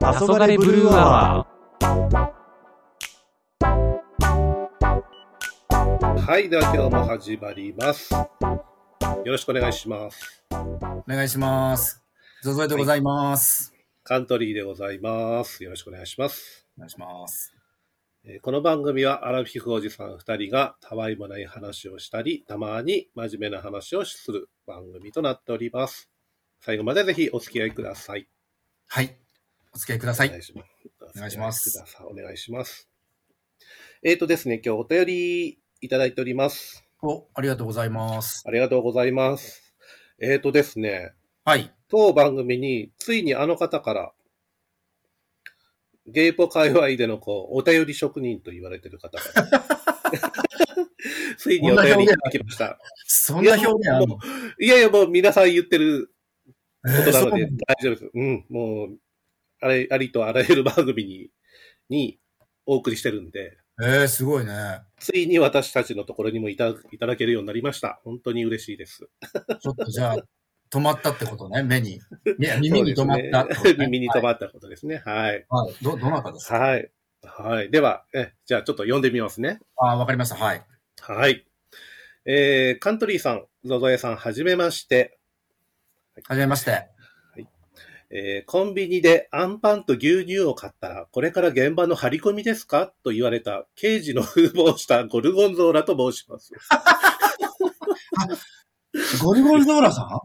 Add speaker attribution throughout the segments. Speaker 1: 黄昏ブルーア
Speaker 2: はい、では今日も始まります。よろしくお願いします。
Speaker 3: お願いします。ゾゾエでございます。
Speaker 2: カントリーでございます。よろしくお願いします。
Speaker 3: お願いします。
Speaker 2: えーこの番組はアラフィフおじさん2人がたわいもない話をしたり、たまに真面目な話をする番組となっております。最後までぜひお付き合いください。
Speaker 3: はい。お付き合いくださ
Speaker 2: お願い
Speaker 3: い。
Speaker 2: します。
Speaker 3: お願いしま
Speaker 2: お
Speaker 3: す
Speaker 2: 付き合いくださいお願いします。えっ、とですね、今日お便りいただいております。
Speaker 3: お、ありがとうございます。
Speaker 2: ありがとうございます。えっ、とですね、
Speaker 3: はい。
Speaker 2: 当番組についにあの方から、ゲイポ界隈でのこうお便り職人と言われてる 方から、ついにお便りが来ました。
Speaker 3: そんな表現あるの
Speaker 2: いやいや、もう皆さん言ってる
Speaker 3: え
Speaker 2: こ
Speaker 3: ー
Speaker 2: とな
Speaker 3: そ
Speaker 2: の
Speaker 3: う
Speaker 2: で大丈夫です。うん、もう、あれ、ありとあらゆる番組に、にお送りしてるんで、
Speaker 3: えー、すごいね。
Speaker 2: ついに私たちのところにもいたいただけるようになりました。本当に嬉しいです。
Speaker 3: ちょっとじゃあ、止まったってことね、目に。いや耳に止まったって
Speaker 2: そ
Speaker 3: こ
Speaker 2: う
Speaker 3: と
Speaker 2: ですね
Speaker 3: ね、
Speaker 2: 耳に止まったことですね。はい。
Speaker 3: はい。ど、どなたですか
Speaker 2: はい。はい。では、えじゃあちょっと読んでみますね。
Speaker 3: ああ、わかりました。はい。
Speaker 2: はい。えー、カントリーさん、ゾゾエさん、はじめまして。
Speaker 3: はじめまして。
Speaker 2: えー、コンビニでアンパンと牛乳を買ったら、これから現場の張り込みですかと言われた、刑事の風貌をしたゴルゴンゾーラと申します。
Speaker 3: ゴリゴリゾーラさん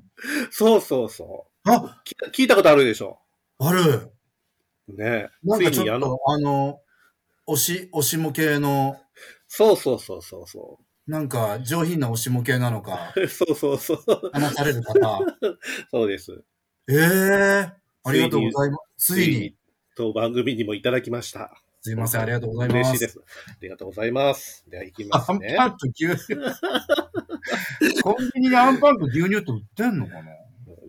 Speaker 2: そうそうそ
Speaker 3: あ、
Speaker 2: う。聞聞いたことあるでしょ
Speaker 3: ある。
Speaker 2: ね
Speaker 3: な
Speaker 2: え。
Speaker 3: ん
Speaker 2: つい
Speaker 3: かち
Speaker 2: に
Speaker 3: ょ
Speaker 2: あ
Speaker 3: っ
Speaker 2: の、
Speaker 3: と、あの、おし、おしも系の、
Speaker 2: そうそうそうそうそ
Speaker 3: なんか上品なおしも系なのか、
Speaker 2: う。そうそうそう。
Speaker 3: 話される方。
Speaker 2: そうです。
Speaker 3: ええありがとうございます。ついに、
Speaker 2: 当番組にもいただきました。
Speaker 3: すいません、ありがとうございます。
Speaker 2: 嬉しいで。す。ありがとうございます。では行きます
Speaker 3: アン
Speaker 2: ね。
Speaker 3: パンと 牛乳。コンビニでアンパンと牛乳って売ってんのかない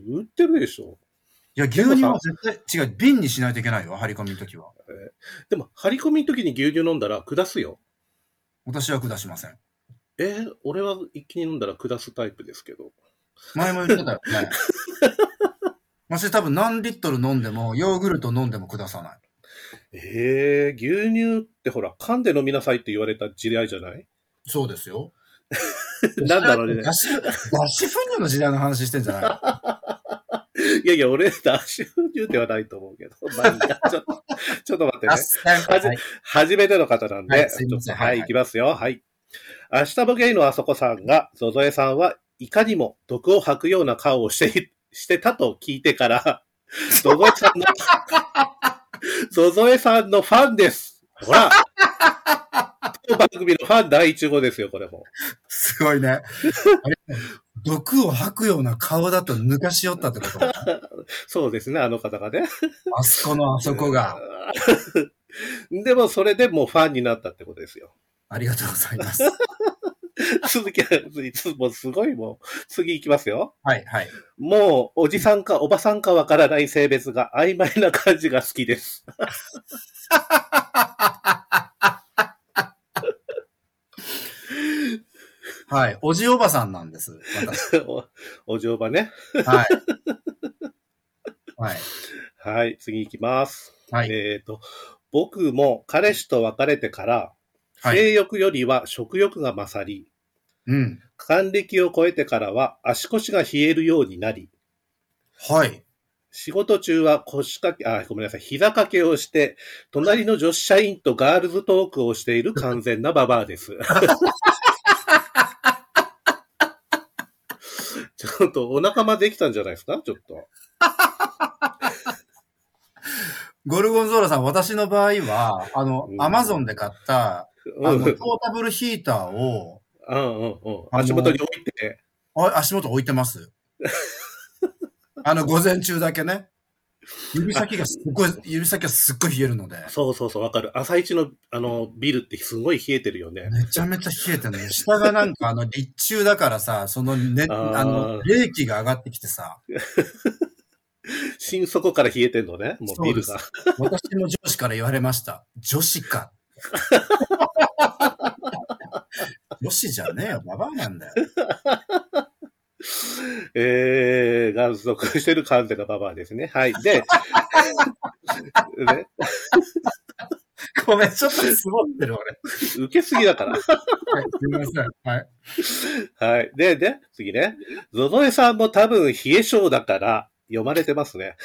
Speaker 2: 売ってるでしょ
Speaker 3: や、牛乳は絶対、違う、瓶にしないといけないよ、張り込みの時は。
Speaker 2: でも、張り込みの時に牛乳飲んだら下すよ。
Speaker 3: 私は下しません。
Speaker 2: えー俺は一気に飲んだら下すタイプですけど。
Speaker 3: 前も言ってたよね。 私多分何リットル飲んでも、ヨーグルト飲んでも下さない。
Speaker 2: えー、牛乳ってほら、噛んで飲みなさいって言われた時代じゃない
Speaker 3: そうですよ。
Speaker 2: なんだろうね。
Speaker 3: 脱脂脱脂粉乳の時代の話してん じゃないの
Speaker 2: いやいや、俺、脱脂粉乳ではないと思うけど。まあいいやちょっと、ちょっと待ってね。
Speaker 3: 脱脂
Speaker 2: 初めての方なんで、
Speaker 3: はい
Speaker 2: ち
Speaker 3: す
Speaker 2: ょ
Speaker 3: い
Speaker 2: っ
Speaker 3: ま
Speaker 2: と、
Speaker 3: せん
Speaker 2: は、
Speaker 3: はいい
Speaker 2: 行きますよ。はい。明日もゲイのあそこさんが、ゾゾエさんはいかにも毒を吐くような顔をしてい、 してたと聞いて から、ゾゾエさんの、ゾゾエさんのファンです。ほら当番組のファン第一号ですよ、これも。
Speaker 3: すごいね。あれ毒を吐くような顔だと抜かしよったってこと
Speaker 2: そうですね、あの方がね。
Speaker 3: あそこのあそこが。
Speaker 2: でも、それでもうファンになったってことですよ。
Speaker 3: ありがとうございます。
Speaker 2: 続きは、もうすごいもう、次行きますよ。
Speaker 3: はい、はい。
Speaker 2: もう、おじさんかおばさんかわからない性別が曖昧な感じが好きです。
Speaker 3: はい。おじおばさんなんです。私。
Speaker 2: お、お嬢場ね。
Speaker 3: はい。はい。
Speaker 2: はい、次行きます。
Speaker 3: はい。
Speaker 2: えっ、と、僕も彼氏と別れてから、
Speaker 3: はい。
Speaker 2: 性欲よりは食欲が勝り、
Speaker 3: うん。
Speaker 2: 還暦を超えてからは足腰が冷えるようになり、
Speaker 3: はい。
Speaker 2: 仕事中は腰掛け、あ、ごめんなさい、膝掛けをして、隣の女子社員とガールズトークをしている完全なババアです。 ちょっとお仲間できたんじゃないですかちょっと。
Speaker 3: ゴルゴンゾーラさん、私の場合は、あの
Speaker 2: う、ん
Speaker 3: アマゾンで買った、
Speaker 2: う
Speaker 3: あ
Speaker 2: ん、う
Speaker 3: の、
Speaker 2: ん、
Speaker 3: ポ
Speaker 2: うん
Speaker 3: ータブルヒーターを、
Speaker 2: うん。足元に置いて。
Speaker 3: あ足元置いて ます。あの、午前中だけね。指先がすっごい、指先がすっごい冷えるので。
Speaker 2: そうそうそう、わかる。朝一の、あの、ビルってすごい冷えてるよね。
Speaker 3: めちゃめちゃ冷えてるのよ。下がなんかあの、立中だからさ、そのね、
Speaker 2: あー
Speaker 3: あの、冷気が上がってきてさ、
Speaker 2: 心底から冷えてんのね。もうビル
Speaker 3: そう
Speaker 2: が。
Speaker 3: 私の上司から言われました。女子 か。女子じゃねえよ、ババアなんだよ。
Speaker 2: えー、が属してる完全なババアですね。はい。で、でね、
Speaker 3: ごめん、ちょっとすぼってる、俺。
Speaker 2: 受けすぎだから。
Speaker 3: はい、すみません。はい。
Speaker 2: はい。で、で、次ね。ゾゾエさんも多分冷え性だから、読まれてます ね。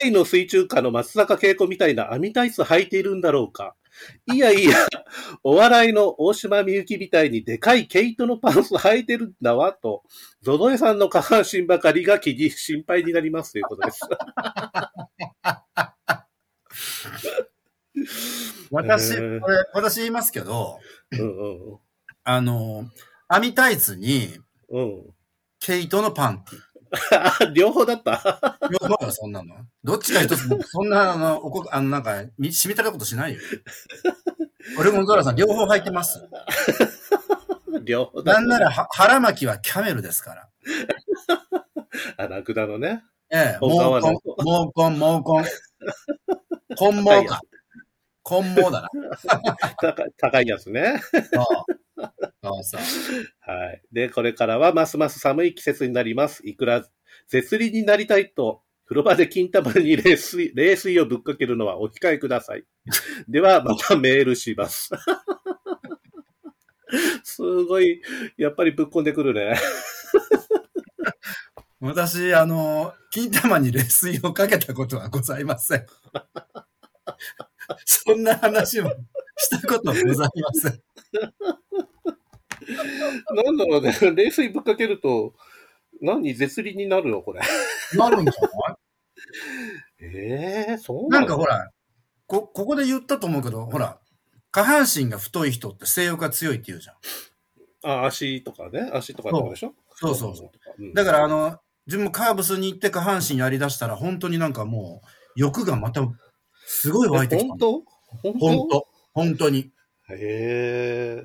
Speaker 2: 愛の水中歌の松坂慶子みたいな網タイツ履いているんだろうか。いやいや、お笑いの大島みゆきみたいにでかい毛糸のパンツ履いてるんだわ、と、ゾゾエさんの下半身ばかりが気に、心配になりますということ です。
Speaker 3: 私、
Speaker 2: えー
Speaker 3: これ、私言いますけど、
Speaker 2: うんうん
Speaker 3: あの、網タイツに、
Speaker 2: うん。うん。
Speaker 3: 毛糸のパンティ。
Speaker 2: あ両方だった。
Speaker 3: 両方よ、そんなの。どっちか一つも、そんな、あの、おこ、あの、なんか、みしみたれたことしないよ。俺もゾラさん、両方履いてます。
Speaker 2: 両方だった。
Speaker 3: なんなら、は腹巻きはキャメルですから。
Speaker 2: あ、ラクダのね。
Speaker 3: ええ、毛
Speaker 2: 本当は
Speaker 3: 根
Speaker 2: ね、
Speaker 3: 毛根、毛根。根毛か。根毛だな。
Speaker 2: 高い高いやつね。
Speaker 3: そう。そうそう。
Speaker 2: はい。で、これからはますます寒い季節になります。いくら絶倫になりたいと、風呂場で金玉に冷水、 冷水をぶっかけるのはお控えください。 では、またメールします。 すごい、やっぱりぶっこんでくるね。
Speaker 3: 私、あの、金玉に冷水をかけたことはございません。そんな話もしたことはございません。
Speaker 2: なんだろうね。冷水ぶっかけると、何絶倫になるのこれ。
Speaker 3: なるんじゃない
Speaker 2: ええそう
Speaker 3: な
Speaker 2: なんの
Speaker 3: かほら、こ、ここで言ったと思うけど、ほら、下半身が太い人って性欲が強いって言うじゃん。
Speaker 2: あ、足とかね。足とかってことでしょ
Speaker 3: そうそうそう。
Speaker 2: うん
Speaker 3: だからあの、自分もカーブスに行って下半身やりだしたら、本当になんかもう、欲がまた、すごい湧いてきた
Speaker 2: 本。当本当
Speaker 3: 本当本当に。
Speaker 2: へえ。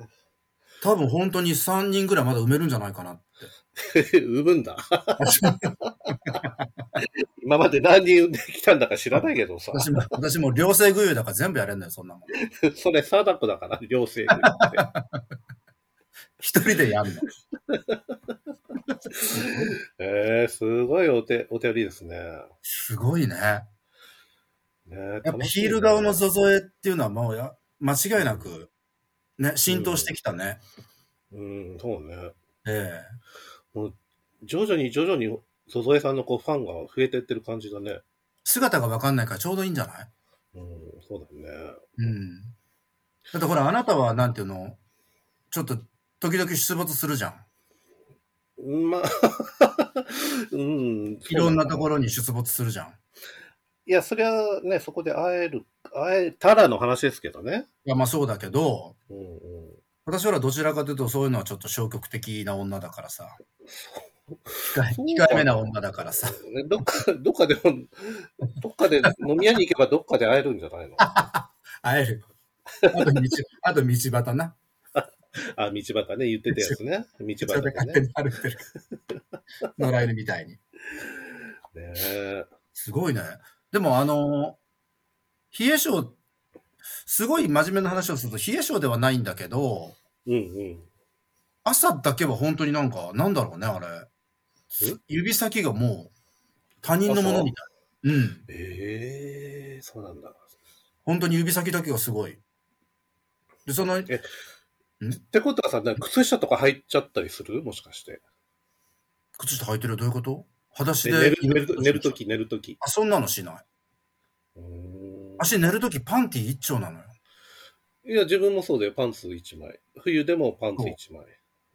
Speaker 3: 多分本当に3人ぐらいまだ埋めるんじゃないかな。
Speaker 2: 産むんだ。今まで何人産んできたんだか知らないけどさ。
Speaker 3: 私も、 私も良性具有だから全部やれんだよ、そんなもん。
Speaker 2: それ、貞子だから、両生類って。
Speaker 3: 一人でやるの。
Speaker 2: えー、すごいお手、お手寄りですね。
Speaker 3: すごいね。
Speaker 2: ねや
Speaker 3: やっぱヒール顔のゾゾエっていうのはもうや、間違いなく、ね、浸透してきたね。
Speaker 2: うん、そうね。
Speaker 3: ええ
Speaker 2: 徐々に徐々に、ゾゾエさんのこうファンが増えてってる感じだね。
Speaker 3: 姿がわかんないからちょうどいいんじゃない
Speaker 2: うん、そうだよね。
Speaker 3: うん。だってほら、あなたはなんていうのちょっと、時々出没するじゃん。
Speaker 2: うんまあ、 うん。
Speaker 3: いろんなとこ
Speaker 2: ろ。
Speaker 3: ろに出没するじゃん。
Speaker 2: いや、そりゃね、そこで会える、会えたらの話ですけどね。
Speaker 3: いや、まあそうだけど、
Speaker 2: うんうん。
Speaker 3: 私はほらどちらかというとそういうのはちょっと消極的な女だからさ。控え
Speaker 2: そう
Speaker 3: 控えめな女だからさ。
Speaker 2: ねどっか、どっかでも、どっかで飲み屋に行けばどっかで会えるんじゃないのあ、
Speaker 3: 会える。あと道、あと道端な。
Speaker 2: 道端ね、言ってたやつね。道端
Speaker 3: 道端で勝手
Speaker 2: ね。
Speaker 3: に歩いてる。野良犬みたいに。
Speaker 2: ねえ
Speaker 3: すごいね。でもあの冷え性、すごい真面目な話をすると、冷え性ではないんだけど、
Speaker 2: うんうん。
Speaker 3: 朝だけは本当になんか、なんだろうね、あれ。す指先がもう、他人のものみたい。うん。
Speaker 2: ええそうなんだ。っ
Speaker 3: 本当に指先だけがすごい。で、その、
Speaker 2: てことはさ、なんか靴下とか入っちゃったりするもしかして。
Speaker 3: 靴下履いてるどういうこと裸足
Speaker 2: で寝
Speaker 3: で
Speaker 2: る、寝る、寝ると。き、寝るとき。
Speaker 3: あ、そんなのしない。
Speaker 2: うーん
Speaker 3: 足寝るときパンティ一丁なのよ。
Speaker 2: いや、自分もそうだよ。パンツ1枚。冬でもパンツ1枚。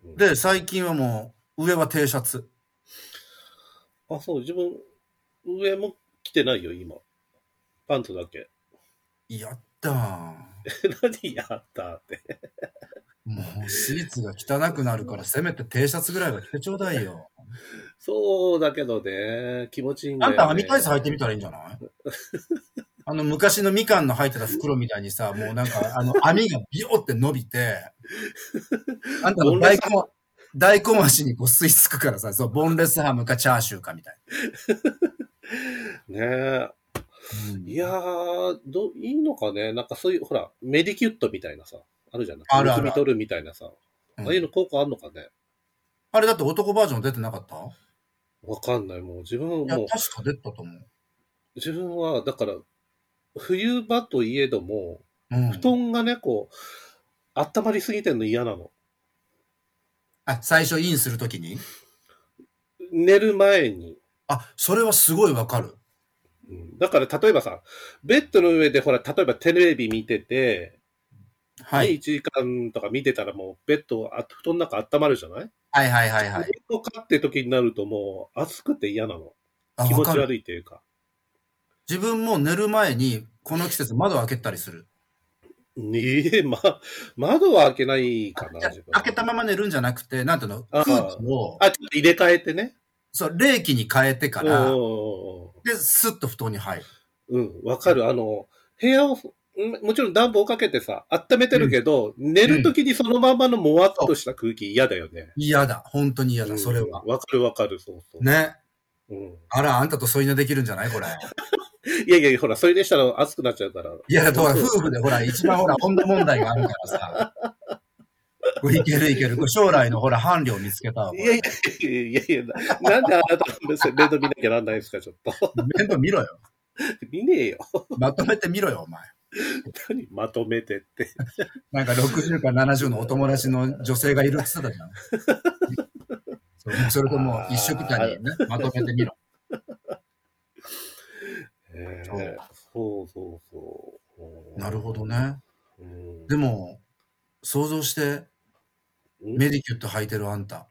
Speaker 2: うん
Speaker 3: で、最近はもう、上は T シャツ。
Speaker 2: あ、そう、自分、上も着てないよ、今。パンツだけ。
Speaker 3: やったー。
Speaker 2: 何やったって。
Speaker 3: もう、シーツが汚くなるから、せめて T シャツぐらいは着てちょうだいよ。
Speaker 2: そうだけどね、気持ちいいんだ
Speaker 3: あ
Speaker 2: よ、ね。
Speaker 3: んた網タイツ履いてみたらいいんじゃないあの昔のみかんの入ってた袋みたいにさ、もうなんかあの網がビヨって伸びて、あんたの大根、大根足にこう吸い付くからさ、そう、ボンレスハムかチャーシューかみたい
Speaker 2: ねえ。
Speaker 3: な。うん
Speaker 2: いやー、どう、いいのかねなんかそういう、ほら、メディキュットみたいなさ、あるじゃない
Speaker 3: あるある
Speaker 2: み取るみたいなさ、
Speaker 3: うん
Speaker 2: ああいうの効果あるのかね
Speaker 3: あれだって男バージョン出てなかった
Speaker 2: わかんない。もう自分
Speaker 3: いや、
Speaker 2: も
Speaker 3: 確か出てたと思う。
Speaker 2: う、自分は、だから、冬場といえども、
Speaker 3: うん
Speaker 2: 布団がね、こう、温まりすぎてんの嫌なの。
Speaker 3: あ、最初インするときに
Speaker 2: 寝る前に。
Speaker 3: あ、それはすごいわかる。
Speaker 2: うんだから、例えばさ、ベッドの上で、ほら、例えばテレビ見てて、
Speaker 3: は
Speaker 2: ね
Speaker 3: い。
Speaker 2: 1時間とか見てたらもう、ベッド、あ布団の中温まるじゃない
Speaker 3: はいはいはいはい。
Speaker 2: 布団かって時になるともう、暑くて嫌なの。
Speaker 3: あ、
Speaker 2: 気
Speaker 3: わ
Speaker 2: 持
Speaker 3: か
Speaker 2: ち
Speaker 3: る。
Speaker 2: 悪いというか。
Speaker 3: 自分も寝る前に、この季節窓開けたりする。
Speaker 2: ねえ、ま、窓は開けないかな、
Speaker 3: いや
Speaker 2: 自分
Speaker 3: 開けたまま寝るんじゃなくて、なんていうの
Speaker 2: あ
Speaker 3: 空
Speaker 2: ー
Speaker 3: 気を、
Speaker 2: あ、ちょっと入れ替えてね。
Speaker 3: そう、冷気に変えてか
Speaker 2: うんうんうん
Speaker 3: ら、で、スッと布団に入る。
Speaker 2: うん、わかる。あの、部屋を、んもちろん暖房かけてさ、温めてるけど、寝るときにそのままのもわっとした空気嫌だよね。
Speaker 3: 嫌だ。本当に嫌
Speaker 2: う
Speaker 3: だ、
Speaker 2: ん
Speaker 3: それは。
Speaker 2: わかるわかる、そうそう。
Speaker 3: ね。
Speaker 2: うん、
Speaker 3: あら、あんたと添い寝できるんじゃないこれ。
Speaker 2: いやいや、ほら、それでしたら暑くなっちゃうから。
Speaker 3: いや、だから夫婦でほら、一番ほら、温度問題があるからさ。 これいけるいける。これ将来のほら、伴侶を見つけたわ。こ
Speaker 2: い
Speaker 3: れ
Speaker 2: やいやいやいや、ななんであなたの目線、面倒見なきゃなんないんですか、ちょっと。
Speaker 3: 面倒見ろよ。
Speaker 2: 見ねえよ。
Speaker 3: まとめてみろよ、お前。
Speaker 2: 何まとめてって。
Speaker 3: なんか60か70のお友達の女性がいるって言ってたじゃん。そうそれともう一緒くたにね、まとめてみろ。
Speaker 2: えーそうそうそう。
Speaker 3: なるほど。ね。
Speaker 2: うん
Speaker 3: でも、想像して、
Speaker 2: うん
Speaker 3: メディキュット履いてるあんた。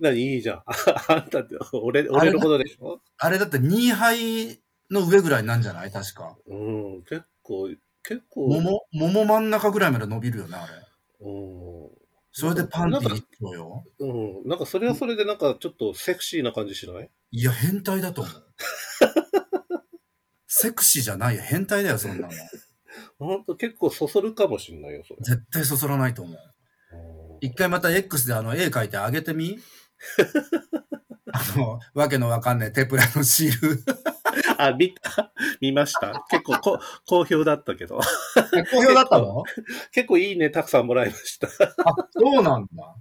Speaker 2: 何いいじゃん。 ああんたって、俺、俺のことでしょ
Speaker 3: あれだって2杯の上ぐらいなんじゃない確か。
Speaker 2: うん、結構、結構、
Speaker 3: 桃、桃真ん中ぐらいまで伸びるよね、あれ。
Speaker 2: う
Speaker 3: それでパンティー一丁よ。
Speaker 2: ん、うん、なんかそれはそれでなんかちょっとセクシーな感じしない
Speaker 3: いや、変態だと思う。 セクシーじゃないよ。変態だよ、そんなの。
Speaker 2: ほんと結構そそるかもしんないよ、それ。
Speaker 3: 絶対そそらないと思う。
Speaker 2: うん
Speaker 3: 一回また X であの絵描いてあげてみあの、わけのわかんないテプラのシール。
Speaker 2: あ、見た 見ました結構こ好評だったけど。
Speaker 3: 好評だったの
Speaker 2: 結構いいね、たくさんもらいました。
Speaker 3: あ、そうなんだ。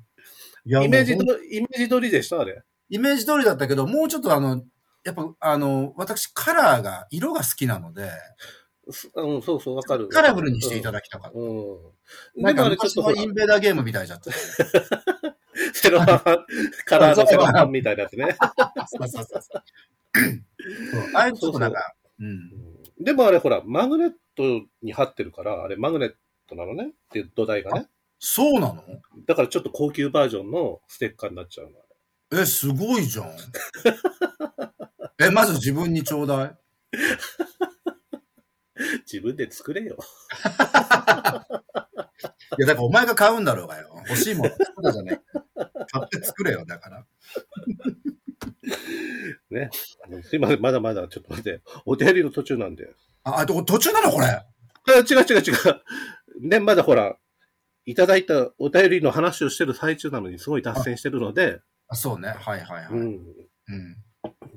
Speaker 3: いや
Speaker 2: イメージ
Speaker 3: もうほん
Speaker 2: ど、イメージ通りでしたあれ。
Speaker 3: イメージ通りだったけど、もうちょっとあの、やっぱあの、私カラーが、色が好きなので、
Speaker 2: すうん、そうそう、わかる。
Speaker 3: カラフルにしていただきたかった。
Speaker 2: うん。うん。
Speaker 3: な
Speaker 2: で
Speaker 3: ん
Speaker 2: も
Speaker 3: か
Speaker 2: あれちょっ
Speaker 3: 昔
Speaker 2: とほ
Speaker 3: の
Speaker 2: ら
Speaker 3: イ、ンベーダーゲームみたい じゃった。
Speaker 2: セロハン、カラーのセロハンみたいなやつね。
Speaker 3: そうそうそうそうああいうちょっとなんか、うん。
Speaker 2: うんでもあれほら、マグネットに貼ってるから、あれマグネットなのねっていう土台がね。
Speaker 3: そうなの
Speaker 2: だからちょっと高級バージョンのステッカーになっちゃうの。
Speaker 3: え、すごいじ ゃん。え、まず自分にちょうだい。
Speaker 2: 自分で作れよ。
Speaker 3: いや、だからお前が買うんだろうがよ。欲しいもの作るじゃねえか。買って作れよ、だから。
Speaker 2: すいません、まだまだちょっと待って。お手入りの途中なんで。
Speaker 3: あ、あと、途中なのこれ。
Speaker 2: あ違う違う違う。ね、まだほら、いただいたお便りの話をしてる最中なのにすごい脱線してるので、
Speaker 3: あ、そうね。はいはいはい。
Speaker 2: う
Speaker 3: うん。
Speaker 2: ん。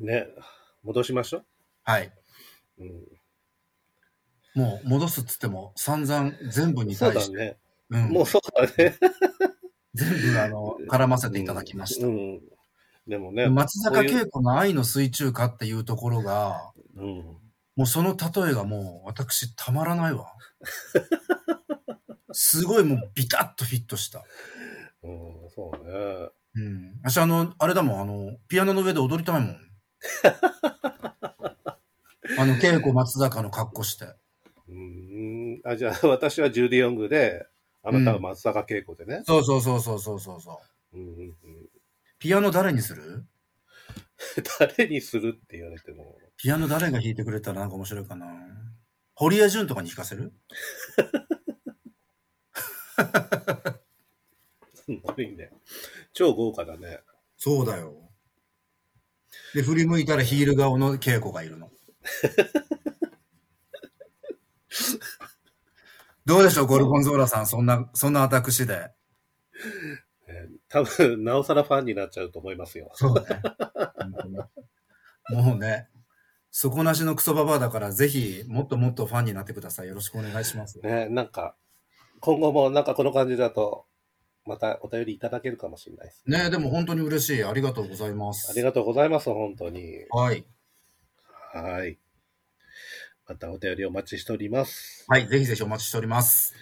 Speaker 2: ね、戻しましょ
Speaker 3: はい。
Speaker 2: う。うん、
Speaker 3: もう、戻すっつっても、散々全部に
Speaker 2: そう
Speaker 3: 対
Speaker 2: だ
Speaker 3: して、
Speaker 2: ね。
Speaker 3: うん、
Speaker 2: もうそうだね。
Speaker 3: 全部、あの、絡ませていただきました。
Speaker 2: うん。でもね、
Speaker 3: 松坂
Speaker 2: こういう
Speaker 3: 慶子の愛の水中歌っていうところが、
Speaker 2: うん。
Speaker 3: もうその例えがもう私たまらな いわ。すごいもうビタッとフィットした。
Speaker 2: うん、そうね。
Speaker 3: うん。私あの、あれだもん、あの、ピアノの上で踊りたい もん。あの、稽古松坂の格好して。
Speaker 2: うーんあじゃあ、 私はジュディ・ヨングで、あなたは松坂慶子でね。
Speaker 3: そうそうそうそうそうそうそう。
Speaker 2: うんうん うん、
Speaker 3: ピアノ誰にする
Speaker 2: 誰にするって言われても、
Speaker 3: ピアノ誰が弾いてくれたらなんか面白いかな。堀江潤とかに弾かせる
Speaker 2: すごいね。超豪華だね。
Speaker 3: そうだよ。で、振り向いたらヒール顔の稽古がいる の。どうでしょう、ゴルゴンゾーラさん。そんな、そんな私で。
Speaker 2: えー多分、なおさらファンになっちゃうと思いますよ。
Speaker 3: そうね。もうね、底なしのクソババアだから、ぜひ、もっともっとファンになってください。よろしくお願いします。
Speaker 2: ね、なんか、今後もなんかこの感じだと、またお便りいただけるかもしれないですね。
Speaker 3: ねでも本当に嬉しい。ありがとうございます。
Speaker 2: ありがとうございます、本当に。
Speaker 3: はい。
Speaker 2: はい。またお便りお待ちしております。
Speaker 3: はい、ぜひぜひお待ちしております。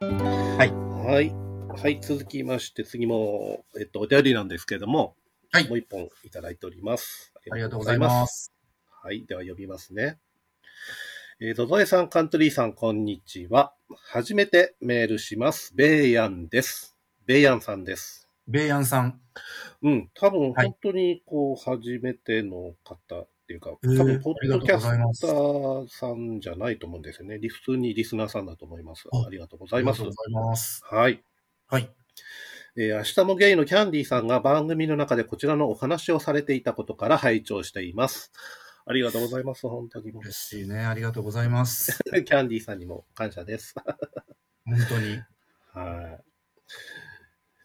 Speaker 2: はい。はい、続きまして、次も、えっと、お便りなんですけども、
Speaker 3: はい
Speaker 2: もう一本いただいております。
Speaker 3: ありがとうございます。
Speaker 2: はい、では呼びますね。えー、ゾゾエさん、カントリーさん、こんにちは。初めてメールします。ベイヤンです。ベイヤンさんです。
Speaker 3: ベイヤンさん。
Speaker 2: うん、多分
Speaker 3: はい
Speaker 2: 本当にこう、初めての方っていうか、
Speaker 3: ー
Speaker 2: 多分ポッドキャス
Speaker 3: ありがとうございます
Speaker 2: ターさんじゃないと思うんですよね。リ普通にリスナーさんだと思います。
Speaker 3: あ
Speaker 2: ありがとうございます
Speaker 3: あり。がとうございます。
Speaker 2: はい。
Speaker 3: はい。
Speaker 2: えー明日もゲイのキャンディーさんが番組の中でこちらのお話をされていたことから拝聴しています。ありがとうございます、本当にも う。
Speaker 3: 嬉しいね。ありがとうございます。
Speaker 2: キャンディーさんにも感謝です。
Speaker 3: 本当に。
Speaker 2: はい。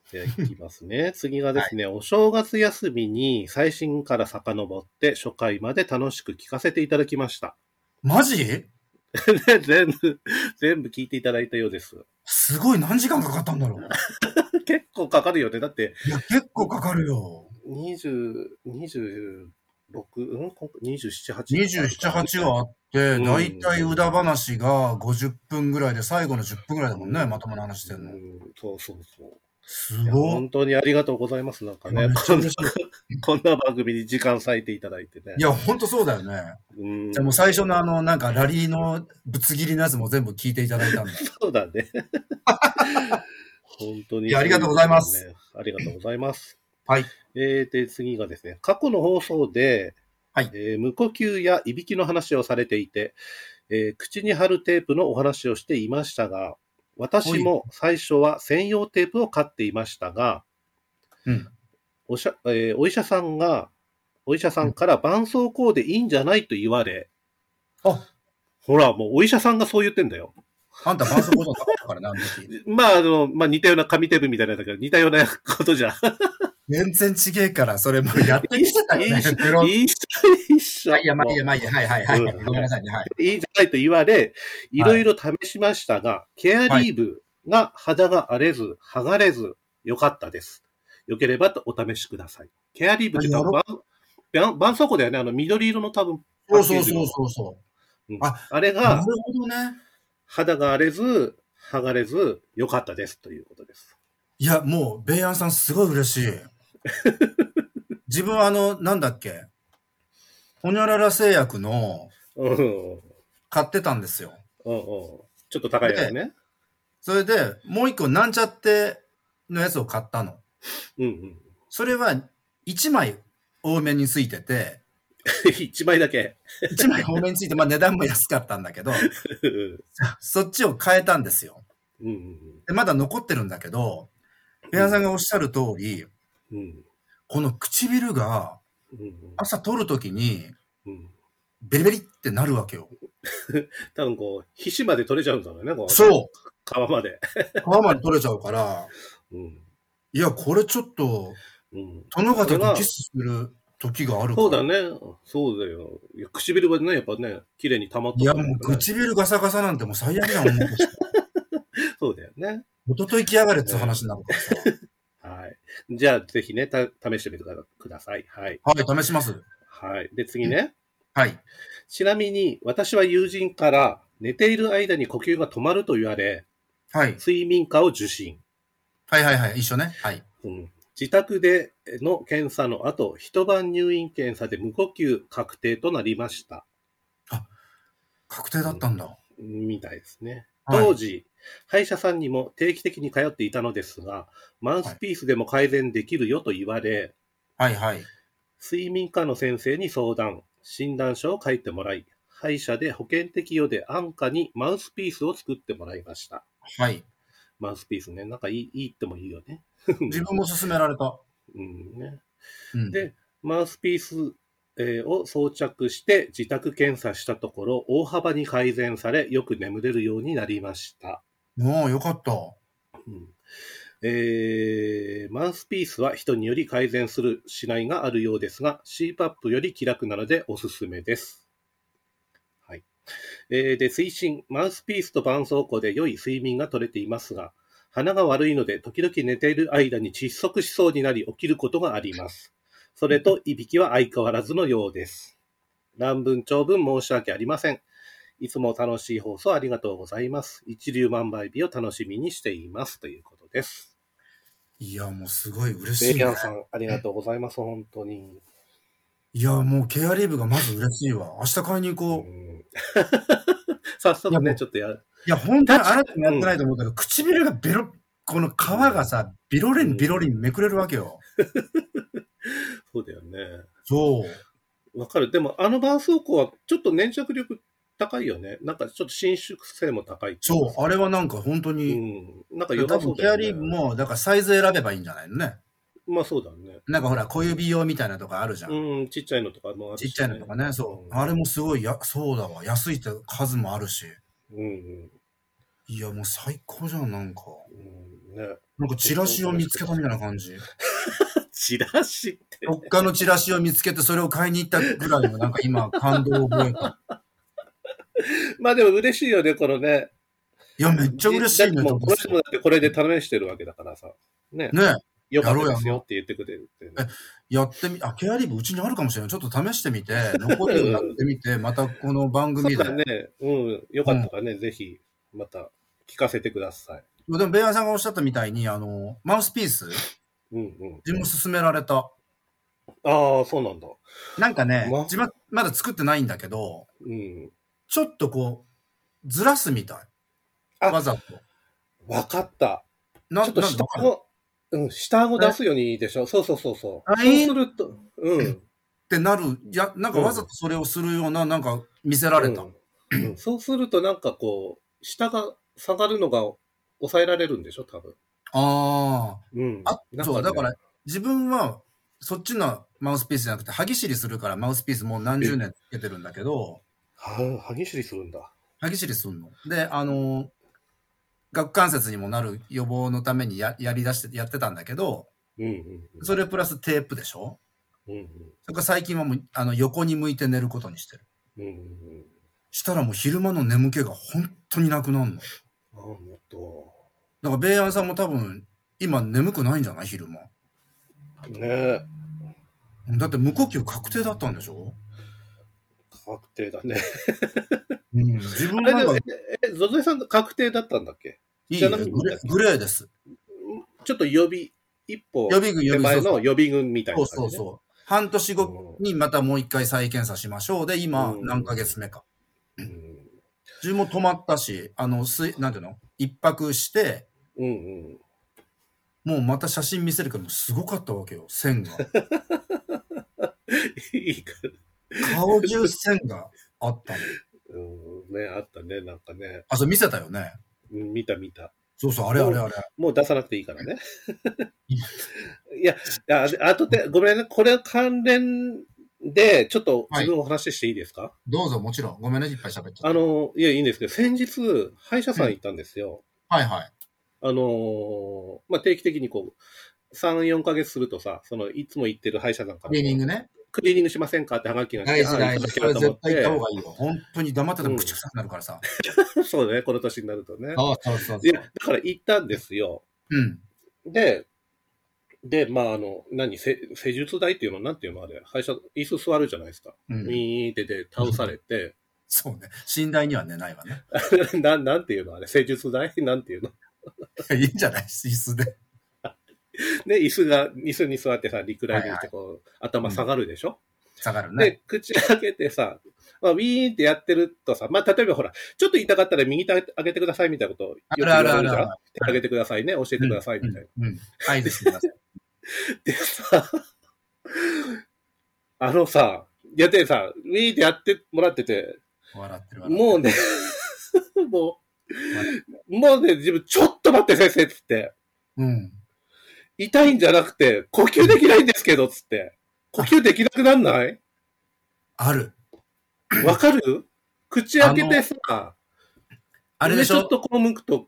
Speaker 2: じゃあ、いきます ね。次がですね、お正月休みに最新から遡って初回まで楽しく聞かせていただきました。
Speaker 3: マジ
Speaker 2: で全部、全部聞いていただいたようです。
Speaker 3: すごい何時間かかったんだろう。
Speaker 2: 結構かかるよね。だって、
Speaker 3: いや、結構かかるよ。
Speaker 2: 20、26、うんこ ?27、8。
Speaker 3: 27、8はあって、
Speaker 2: うん
Speaker 3: だいたい裏話が50分ぐらいで、最後の10分ぐらいだもんね、
Speaker 2: うん
Speaker 3: まともな話してん
Speaker 2: う
Speaker 3: の。
Speaker 2: んそうそうそう。
Speaker 3: す
Speaker 2: いや
Speaker 3: ごい
Speaker 2: 本。当にありがとうございます。なんか
Speaker 3: いや
Speaker 2: ね
Speaker 3: めっ、ち
Speaker 2: こ
Speaker 3: ゃ
Speaker 2: んな
Speaker 3: 嬉しい
Speaker 2: こんな番組に時間割いていただいてね。
Speaker 3: いや、ほんとそうだよね。
Speaker 2: うん
Speaker 3: じゃあもう最初のあの、なんかラリーのぶつ切りのやつも全部聞いていただいたんだ。
Speaker 2: そうだね。本当に、
Speaker 3: いやありがとうございます。
Speaker 2: ありがとうございます。
Speaker 3: はい。
Speaker 2: えー、で、次がですね、過去の放送で、
Speaker 3: はい
Speaker 2: えー無呼吸やいびきの話をされていて、えー口に貼るテープのお話をしていましたが、私も最初は専用テープを買っていましたが、
Speaker 3: うん。
Speaker 2: おしゃえーお医者さんが、お医者さんから絆創膏でいいんじゃないと言われ、
Speaker 3: あ、
Speaker 2: ほら、もうお医者さんがそう言ってんだよ。
Speaker 3: あんた絆創膏じゃなかったからな、あの時。
Speaker 2: まあ、あの、まあ、似たような紙テープみたいなんだけど、似たようなことじゃん。
Speaker 3: 全然ちげえから、それもうやってきてたよね。ペロッ
Speaker 2: 一緒一緒。
Speaker 3: はい、いや、まあいいや、まあいいや、はいはいはい。
Speaker 2: うん
Speaker 3: ごめんなさいね、はい。
Speaker 2: いいんじゃないと言われ、いろいろ試しましたが、ケアリーブが肌が荒れず、剥がれず、良かったです。良ければとお試しください。ケアリーブって多分ばんばん絆創膏だよね。あの、緑色の多分、
Speaker 3: そうそうそうそうそ
Speaker 2: うん
Speaker 3: あ
Speaker 2: あれ
Speaker 3: う。なる
Speaker 2: が、
Speaker 3: ほどね。
Speaker 2: 肌が荒れず、剥がれず、良かったです。ということです。
Speaker 3: いや、もう、ベイアンさんすごい嬉しい。自分はあの、なんだっけ。ホニャララ製薬の
Speaker 2: うん。うん
Speaker 3: 買ってたんですよ。
Speaker 2: うん。ちょっと高いやつね。
Speaker 3: それで、もう一個なんちゃってのやつを買ったの。
Speaker 2: うんうん。
Speaker 3: それは1枚多めについてて、
Speaker 2: 一枚だけ。
Speaker 3: 1枚多めについて、まあ値段も安かったんだけど、
Speaker 2: うん
Speaker 3: そっちを変えたんですよ。
Speaker 2: うん
Speaker 3: でまだ残ってるんだけど、ベイアンさんがおっしゃる通り、
Speaker 2: うん。うん
Speaker 3: この唇が
Speaker 2: うん
Speaker 3: 朝取るときに
Speaker 2: うん。
Speaker 3: ベリベリってなるわけよ。
Speaker 2: 多分こう、皮脂まで取れちゃうんだろうね、こう。
Speaker 3: そう
Speaker 2: 皮まで。
Speaker 3: 皮まで取れちゃうから、
Speaker 2: うん。
Speaker 3: いや、これちょっと、
Speaker 2: うん。
Speaker 3: 殿方
Speaker 2: これ
Speaker 3: と
Speaker 2: は
Speaker 3: キスする時があるか
Speaker 2: そ
Speaker 3: ら。
Speaker 2: うだ。ね。そうだよ。いや唇はね、やっぱね、綺麗に溜まっ
Speaker 3: い
Speaker 2: と
Speaker 3: や、
Speaker 2: く
Speaker 3: も
Speaker 2: ね
Speaker 3: う唇ガサガサなんてもう最悪やん、思うとして。
Speaker 2: そうだよね。
Speaker 3: おととい来やがれっつう話になるからさ。
Speaker 2: はい。じゃあ、ぜひね、た試してみてください。はい。
Speaker 3: はい、試します。
Speaker 2: はい。で、次ね。
Speaker 3: はい。
Speaker 2: ちなみに、私は友人から、寝ている間に呼吸が止まると言われ、
Speaker 3: はい。
Speaker 2: 睡眠科を受診。
Speaker 3: はいはいはい、一緒ね。はい。
Speaker 2: うん自宅での検査の後、一晩入院検査で無呼吸確定となりました。
Speaker 3: 確定だったんだ。
Speaker 2: みたいですね。
Speaker 3: はい
Speaker 2: 当時、歯医者さんにも定期的に通っていたのですが、マウスピースでも改善できるよと言われ、
Speaker 3: はいはい。
Speaker 2: 睡眠科の先生に相談、診断書を書いてもらい、歯医者で保険適用で安価にマウスピースを作ってもらいました。
Speaker 3: はい。
Speaker 2: マウスピースね、なんかいいいいってもいいよね。
Speaker 3: 自分も勧められた。
Speaker 2: うんね、
Speaker 3: うん。
Speaker 2: でマウスピース、えーを装着して自宅検査したところ、大幅に改善され、よく眠れるようになりました。
Speaker 3: もうよかった。
Speaker 2: うんえーマウスピースは人により改善するしないがあるようですが、CPAP より気楽なのでおすすめです。はい。えーで、推進。マウスピースと絆創膏で良い睡眠が取れていますが、鼻が悪いので、時々寝ている間に窒息しそうになり起きることがあります。それと、いびきは相変わらずのようです。乱文長文申し訳ありません。いつも楽しい放送ありがとうございます。一流万倍日を楽しみにしています。ということです。
Speaker 3: いや、もうすごい嬉
Speaker 2: メ
Speaker 3: しい
Speaker 2: イ
Speaker 3: ね、
Speaker 2: ヤンさん、ありがとうございます。本当に。
Speaker 3: いや、もうケアリーブがまず嬉しいわ。明日買いに行
Speaker 2: う
Speaker 3: こう。い
Speaker 2: ん早速
Speaker 3: いやも
Speaker 2: ね、
Speaker 3: う
Speaker 2: ちょっとやる。
Speaker 3: や、本当にあなたにやってないと思ったけど、唇がベロ、この皮がさ、ビロリンビロリンめくれるわけよ。
Speaker 2: そうだよね。
Speaker 3: そう。
Speaker 2: わかる。でも、あの絆創膏はちょっと粘着力高いよね。なんかちょっと伸縮性も高いっていか
Speaker 3: そう、あれはなんか本当
Speaker 2: う
Speaker 3: に、
Speaker 2: ん。なんか良
Speaker 3: 多
Speaker 2: さそ
Speaker 3: 分
Speaker 2: う
Speaker 3: ケ
Speaker 2: だ
Speaker 3: ア
Speaker 2: よね。
Speaker 3: リーブも、だからサイズ選べばいいんじゃないのね。
Speaker 2: まあそうだね。
Speaker 3: なんかほら、小指用みたいなとかあるじゃん。
Speaker 2: うん、ちっちゃいのとかもあるし
Speaker 3: ちっちゃいのとかね、そ
Speaker 2: ん
Speaker 3: う。あれもすごいや、そうだわ。安いって数もあるし。
Speaker 2: うんうん。
Speaker 3: いや、もう最高じゃん、なんか。
Speaker 2: うんね、
Speaker 3: なんかチラシを見つけたみたいな感じ。
Speaker 2: チラシって。
Speaker 3: どっかのチラシを見つけて、それを買いに行ったぐらいの、なんか今、感動を覚えた。
Speaker 2: まあでも嬉しいよね、このね。
Speaker 3: いや、めっちゃ嬉しい
Speaker 2: だ
Speaker 3: ね、
Speaker 2: ってもう
Speaker 3: と
Speaker 2: この人もだってこれで試してるわけだからさ。ね。
Speaker 3: ね
Speaker 2: よかったですよって言ってくれるってね、
Speaker 3: やってみ、あ、ケアリーブうちにあるかもしれない。ちょっと試してみて、残りをやってみて、またこの番
Speaker 2: そう
Speaker 3: 組で
Speaker 2: だ。ね。うん。よかったらね、ぜひ、また聞かせてください。
Speaker 3: でも、ベイアンさんがおっしゃったみたいに、あの、マウスピース、
Speaker 2: うんうん。
Speaker 3: 自分も勧められた。
Speaker 2: ああ、そうなんだ。
Speaker 3: なんかね
Speaker 2: ま、
Speaker 3: 自分はまだ作ってないんだけど、
Speaker 2: うん。
Speaker 3: ちょっとこう、ずらすみたい。
Speaker 2: あ
Speaker 3: わざと。
Speaker 2: わかった。
Speaker 3: な
Speaker 2: ちょっと
Speaker 3: な
Speaker 2: 下
Speaker 3: わかるっ
Speaker 2: 顎、うん、下顎出すようにいいでしょ。そうそうそうそう。
Speaker 3: あ
Speaker 2: そう
Speaker 3: いい
Speaker 2: すると、うん。
Speaker 3: てなる、いや、なんかわざとそれをするような、なんか見せられた。
Speaker 2: うんうんそうするとなんかこう、下が下がるのが抑えられるんでしょ、多分。
Speaker 3: あ
Speaker 2: うん。
Speaker 3: あ。あ、そう、
Speaker 2: なん
Speaker 3: だから、自分は、そっちのマウスピースじゃなくて、歯ぎしりするからマウスピースもう何十年つけてるんだけど、
Speaker 2: は、歯ぎしりするんだ。
Speaker 3: 歯ぎしりすんの。で、あの、顎関節にもなる予防のためにややりだして、やってたんだけど、
Speaker 2: うんうん
Speaker 3: それプラステープでしょ
Speaker 2: うん。うん
Speaker 3: それから最近はもう、あの、横に向いて寝ることにしてる。
Speaker 2: うん。うんうん
Speaker 3: したらもう昼間の眠気が本当になくなるの。だか
Speaker 2: ああ、もっと。
Speaker 3: ら、ベイアンさんも多分、今眠くないんじゃない昼間。
Speaker 2: ねえ、
Speaker 3: だって無呼吸確定だったんでしょ
Speaker 2: 確定だね。
Speaker 3: うん。自分
Speaker 2: あれ
Speaker 3: な
Speaker 2: で
Speaker 3: んか
Speaker 2: も、え、ゾゾエさん確定だったんだっけ
Speaker 3: いい
Speaker 2: じゃ
Speaker 3: よ
Speaker 2: なくて
Speaker 3: グレーグレーです。
Speaker 2: ちょっと予備、一歩
Speaker 3: 予備軍、予
Speaker 2: 手前
Speaker 3: 備軍。
Speaker 2: の予備軍みたい
Speaker 3: そう
Speaker 2: な感
Speaker 3: そう
Speaker 2: じ、ね。
Speaker 3: そう。半年後にまたもう一回再検査しましょう。で、今
Speaker 2: う、ん
Speaker 3: 何ヶ月目か。
Speaker 2: うん
Speaker 3: 自分も止まったし、あの、すいなんていうの一泊して、
Speaker 2: うんうん。
Speaker 3: もうまた写真見せるけど、もうすごかったわけよ、線が。
Speaker 2: いいから。
Speaker 3: 顔中線があったの。
Speaker 2: うん、ね、あったね、なんかね。
Speaker 3: あ、そう見せたよね。
Speaker 2: うん見た見た。
Speaker 3: そうそう、あれあれあれ。
Speaker 2: もう出さなくていいから ね。いや、いやああとで、ごめんね、これ関連で、ちょっと自分お話ししていいですか、
Speaker 3: どうぞ、もちろん。ごめんね、いっぱい喋っちゃ
Speaker 2: あ
Speaker 3: って。
Speaker 2: の、いや、いいんですけど、先日、歯医者さん行ったんですよ。
Speaker 3: はいはい。
Speaker 2: あのーまあ、定期的にこう、3、4ヶ月するとさ、その、いつも行ってる歯医者さんから、
Speaker 3: クリーニングね。
Speaker 2: クリーニングしませんかってハガキが来て、
Speaker 3: 大事
Speaker 2: あ
Speaker 3: 大
Speaker 2: いただ
Speaker 3: 事。
Speaker 2: ける
Speaker 3: それ
Speaker 2: と思
Speaker 3: 絶
Speaker 2: っ
Speaker 3: 対行った方
Speaker 2: て、
Speaker 3: がいいよ。本当に黙ってて
Speaker 2: う
Speaker 3: も
Speaker 2: ん
Speaker 3: 口臭くなるからさ。
Speaker 2: そうね、この年になるとね。
Speaker 3: そうそうそう
Speaker 2: いや、だから行ったんですよ。
Speaker 3: うん。
Speaker 2: で、で、まあ、あの、何、せ施術台っていうの、なんていうのあれ、歯医者、椅子座るじゃないですか。
Speaker 3: う
Speaker 2: ウィ
Speaker 3: ん。
Speaker 2: ーンってで倒されて、
Speaker 3: そうね。寝台には寝ないわね。
Speaker 2: ななんていうのあれ、施術台なんていうの
Speaker 3: いいんじゃない椅子で。
Speaker 2: で、椅子が、椅子に座ってさ、リクライニングしてこう、頭下がるでしょ、
Speaker 3: 下がるね。
Speaker 2: で、口開けてさ、まあ、ウィーンってやってるとさ、まあ、例えばほら、ちょっと痛かったら右手上げてくださいみたいなことよく言われ
Speaker 3: あ
Speaker 2: る
Speaker 3: る
Speaker 2: じ
Speaker 3: あ
Speaker 2: ゃ
Speaker 3: るあ
Speaker 2: ん
Speaker 3: る
Speaker 2: 手上げてくださいね、教えてくださいみたいな。
Speaker 3: うん。うんはい、ですね。
Speaker 2: でさ、あのさ、やってさ、ウィーンってやってもらってて、
Speaker 3: 笑ってる笑ってる。
Speaker 2: もうね、 もう、もうね、自分、ちょっと待って先生っつって、
Speaker 3: うん。
Speaker 2: 痛いんじゃなくて、呼吸できないんですけどっつって、呼吸できなくなんない
Speaker 3: ある。
Speaker 2: わかる口開けてさ、
Speaker 3: あれでし
Speaker 2: 上ちょっ
Speaker 3: ょ
Speaker 2: とこう向くと、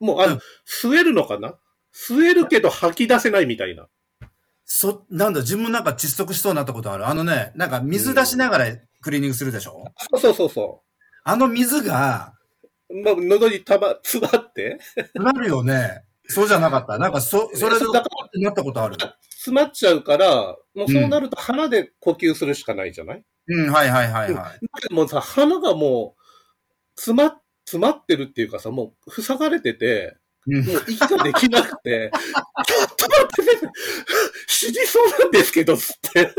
Speaker 2: もう、あの、
Speaker 3: うん
Speaker 2: 吸えるのかな吸えるけど吐き出せないみたいな。
Speaker 3: そ、なんだ、自分なんか窒息しそうになったことある。あのね、なんか水出しながらクリーニングするでしょ
Speaker 2: そうそうそうそ
Speaker 3: あの水が、
Speaker 2: まあ、喉にたま、詰まって、
Speaker 3: なるよね。そうじゃなかった。なんか、そ、それで、
Speaker 2: そうだ
Speaker 3: っ
Speaker 2: か
Speaker 3: てなったことある。
Speaker 2: 詰まっちゃうから、もうそうなると鼻で呼吸するしかないじゃない、
Speaker 3: うん、はいはいはいは
Speaker 2: だ
Speaker 3: い。
Speaker 2: けどもうさ、鼻がもう、詰ま、詰まってるっていうかさ、もう塞がれてて、
Speaker 3: うん
Speaker 2: もう息ができなくて、 ちょっと待って 先生、死にそうなんですけど、つって、